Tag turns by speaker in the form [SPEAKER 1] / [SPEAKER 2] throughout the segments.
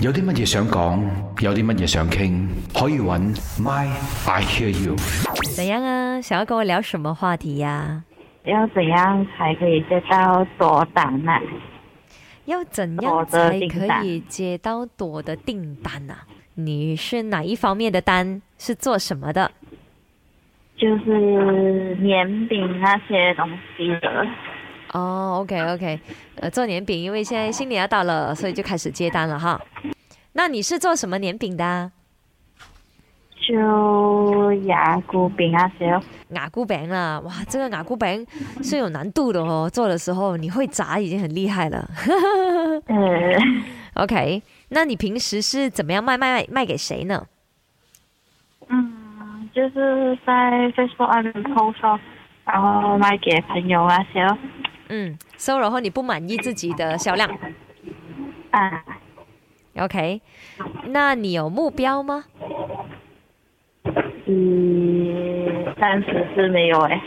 [SPEAKER 1] 有啲乜嘢想講，有啲乜嘢想傾，可以揾 My I Hear You。
[SPEAKER 2] 怎样啊？想要跟我聊什么话题呀、
[SPEAKER 3] 要怎样才可以接到多档呢？
[SPEAKER 2] 要怎
[SPEAKER 3] 我
[SPEAKER 2] 样
[SPEAKER 3] 的
[SPEAKER 2] 才
[SPEAKER 3] 订
[SPEAKER 2] 可
[SPEAKER 3] 单
[SPEAKER 2] 以接到多的订单啊？你是哪一方面的单？是做什么的？
[SPEAKER 3] 就是年饼那些东西的，
[SPEAKER 2] 哦，OK，OK、o k OK，呃，做年饼，因为现在新年要到了，所以就开始接单了哈。那你是做什么年饼的啊？
[SPEAKER 3] 就牙骨饼那些哦。
[SPEAKER 2] 牙菇饼啦，哇，这个牙菇饼是有难度的哦，做的时候你会炸已经很厉害了。
[SPEAKER 3] 呃，
[SPEAKER 2] OK，那你平时是怎么样卖卖卖给谁呢？
[SPEAKER 3] 嗯，就是在 Facebook 那边 post，哦然后卖给朋友那些哦。
[SPEAKER 2] 嗯，收、然后你不满意自己的销量
[SPEAKER 3] 啊，
[SPEAKER 2] ，OK，那你有目标吗？
[SPEAKER 3] 嗯，暂时是没有哎。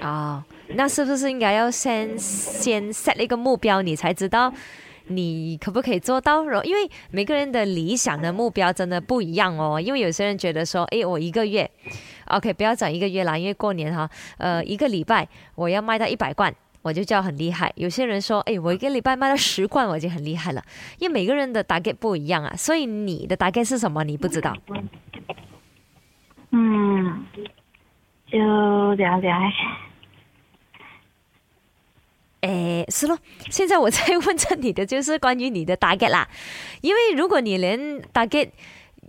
[SPEAKER 2] 哦，那是不是应该要先先 set 一个目标，你才知道你可不可以做到？然后，因为每个人的理想的目标真的不一样哦。因为有些人觉得说，诶，我一个月，OK，不要讲一个月啦，因为过年哈，呃，一个礼拜我要卖到一百罐。我就叫很厉害。有些人说，诶，我一个礼拜卖到十罐，我已经很厉害了。因为每个人的 target 不一样啊，所以你的 target 是什么，你不知道。
[SPEAKER 3] 嗯，就聊聊哎。
[SPEAKER 2] 诶，是咯，现在我在问这你的就是关于你的 target 啦，因为如果你连 target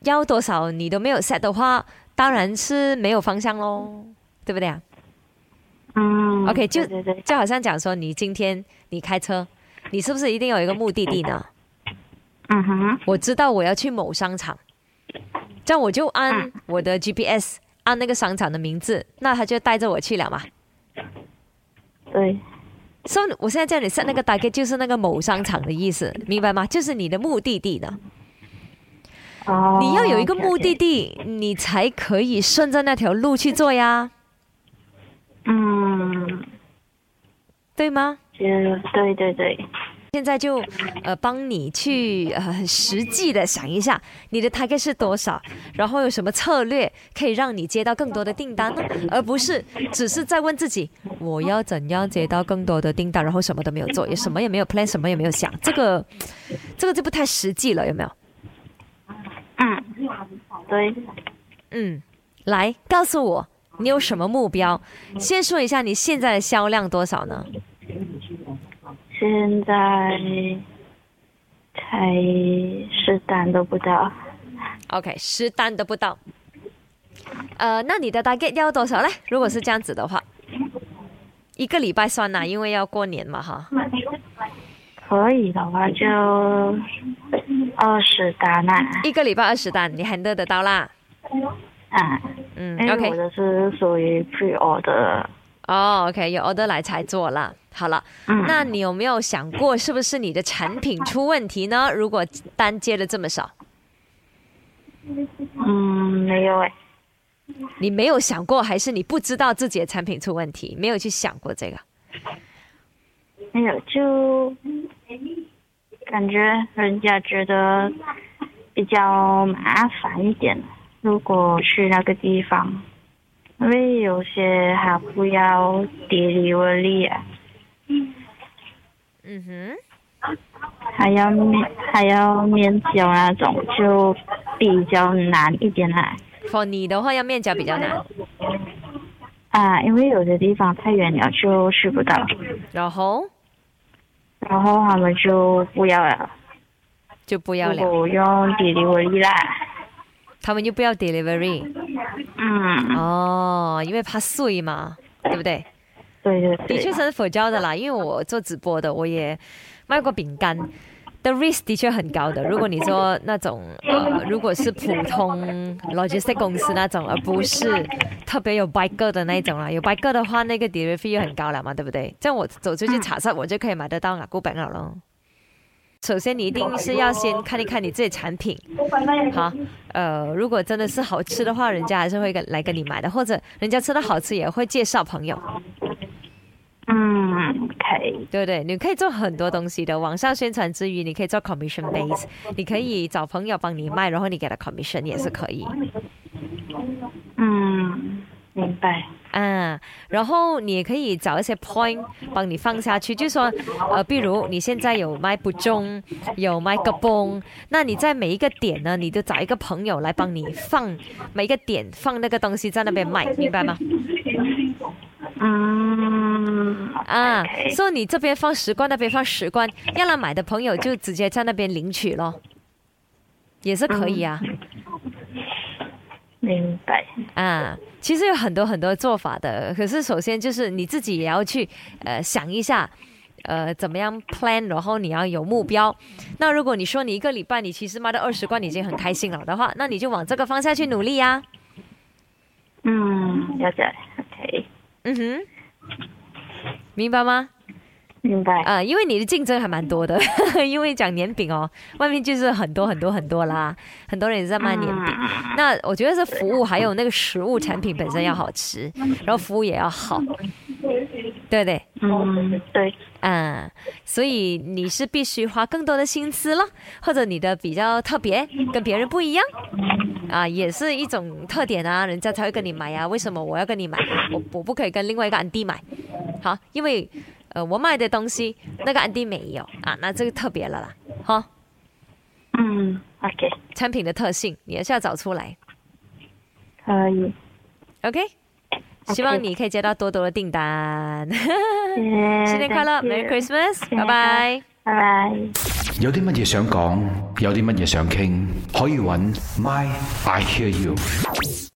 [SPEAKER 2] 要多少你都没有 set 的话，当然是没有方向喽，对不对啊？
[SPEAKER 3] 嗯
[SPEAKER 2] OK，就
[SPEAKER 3] 对对对，
[SPEAKER 2] 就好像讲说你今天你开车，你是不是一定有一个目的地呢？
[SPEAKER 3] 嗯哼，
[SPEAKER 2] 我知道我要去某商场，这样我就按我的 GPS 按那个商场的名字，那他就带着我去了嘛。
[SPEAKER 3] 对，
[SPEAKER 2] 所、以我现在叫你 set 那个 target 就是那个某商场的意思，明白吗？就是你的目的地呢。
[SPEAKER 3] 哦，
[SPEAKER 2] 你要有一个
[SPEAKER 3] OK，OK
[SPEAKER 2] 目的地，你才可以顺着那条路去做呀，
[SPEAKER 3] 嗯，
[SPEAKER 2] 对吗？
[SPEAKER 3] 就对对对，
[SPEAKER 2] 现在就呃帮你去呃实际的想一下，你的 target 是多少，然后有什么策略可以让你接到更多的订单呢？而不是只是在问自己我要怎样接到更多的订单，然后什么都没有做，也什么也没有 plan，什么也没有想，这个这个就不太实际了，有没有？
[SPEAKER 3] 嗯，对，
[SPEAKER 2] 嗯，来告诉我你有什么目标？先说一下你现在的销量多少呢？
[SPEAKER 3] 现在才十单都不到，
[SPEAKER 2] OK，十单都不到。呃，那你的 target 要多少嘞？如果是这样子的话，一个礼拜算啦，因为要过年嘛哈。
[SPEAKER 3] 可以的
[SPEAKER 2] 嗯
[SPEAKER 3] 话就二十单啦、
[SPEAKER 2] 一个礼拜二十单，你 handle 得到啦。
[SPEAKER 3] 啊，
[SPEAKER 2] 嗯
[SPEAKER 3] 因为我
[SPEAKER 2] ，OK，
[SPEAKER 3] 的是属于 pre order，
[SPEAKER 2] 哦，OK，有 order 来才做啦。好了，
[SPEAKER 3] 嗯，
[SPEAKER 2] 那你有没有想过，是不是你的产品出问题呢？如果单接的这么少，
[SPEAKER 3] 嗯没有哎，
[SPEAKER 2] 你没有想过，还是你不知道自己的产品出问题，没有去想过这个？
[SPEAKER 3] 没有就感觉人家觉得比较麻烦一点，如果去那个地方，因为有些还不要 delivery 啊。
[SPEAKER 2] 嗯哼。
[SPEAKER 3] 还要面还要面交那种，就比较难一点啦、
[SPEAKER 2] for 你的话要面交比较难，
[SPEAKER 3] 啊。因为有些地方太远了就去不到，
[SPEAKER 2] 然后
[SPEAKER 3] 然后他们就不要了。
[SPEAKER 2] 就不要
[SPEAKER 3] 如
[SPEAKER 2] 了，
[SPEAKER 3] 果用 delivery 啦，
[SPEAKER 2] 他们就不要 delivery
[SPEAKER 3] 嗯，
[SPEAKER 2] 哦，因为怕碎嘛，对不对？
[SPEAKER 3] 对对
[SPEAKER 2] 的
[SPEAKER 3] 对，
[SPEAKER 2] 确是很佛教的啦，因为我做直播的，我也卖过饼干。的 risk 的确很高的。如果你说那种呃，如果是普通 logistic 公司那种，而不是特别有 biker 的那一种啦，有 biker 的话，那个 delivery 又很高了嘛，对不对？这样我走出去茶室，我就可以买得到雅固本了咯。首先，你一定是要先看一看你自己产品， 好，呃，如果真的是好吃的话，人家还是会跟来跟你买的，或者人家吃的好吃也会介绍朋友。
[SPEAKER 3] 嗯，可以，
[SPEAKER 2] 对不对？你可以做很多东西的，网上宣传之余，你可以做 commission base，你可以找朋友帮你卖，然后你给他 commission 也是可以。
[SPEAKER 3] 嗯，明白，
[SPEAKER 2] 啊，然后你也可以找一些 point 帮你放下去，就说，呃，比如你现在有卖不中，有卖个崩，那你在每一个点呢，你就找一个朋友来帮你放每一个点放那个东西在那边卖，明白吗？
[SPEAKER 3] 嗯，
[SPEAKER 2] 啊
[SPEAKER 3] OK，
[SPEAKER 2] 所以你这边放十罐，那边放十罐，要来买的朋友就直接在那边领取咯，也是可以啊。
[SPEAKER 3] 明白，
[SPEAKER 2] 啊，其实有很多很多做法的，可是首先就是你自己也要去呃想一下。呃，怎么样 plan？然后你要有目标。那如果你说你一个礼拜你其实卖到二十罐，你已经很开心了的话，那你就往这个方向去努力呀、
[SPEAKER 3] 嗯，了解，OK，
[SPEAKER 2] 嗯哼，明白吗？
[SPEAKER 3] 明白，
[SPEAKER 2] 啊、因为你的竞争还蛮多的， 因为讲年饼哦，外面就是很多很多很多啦，很多人也在卖年饼。
[SPEAKER 3] 嗯
[SPEAKER 2] 那我觉得是服务还有那个食物产品本身要好吃，然后服务也要好，对不对？
[SPEAKER 3] 嗯，对，
[SPEAKER 2] 嗯，所以你是必须花更多的心思了，或者你的比较特别，跟别人不一样，啊，也是一种特点啊，人家才会跟你买啊。为什么我要跟你买？我我不可以跟另外一个安迪买，好，因为呃我卖的东西那个安迪没有啊，那这个特别了啦，好，
[SPEAKER 3] 嗯，OK，
[SPEAKER 2] 产品的特性你还是要找出来
[SPEAKER 3] 可以，
[SPEAKER 2] ，OK。希望你可以接到多多的订单。
[SPEAKER 3] 谢谢
[SPEAKER 2] 新年快乐
[SPEAKER 3] thank you
[SPEAKER 2] ，Merry Christmas，
[SPEAKER 3] 谢谢
[SPEAKER 2] 拜拜。
[SPEAKER 3] 拜拜。
[SPEAKER 1] 有啲乜嘢想講，有啲乜嘢想傾，可以揾 My I Hear You。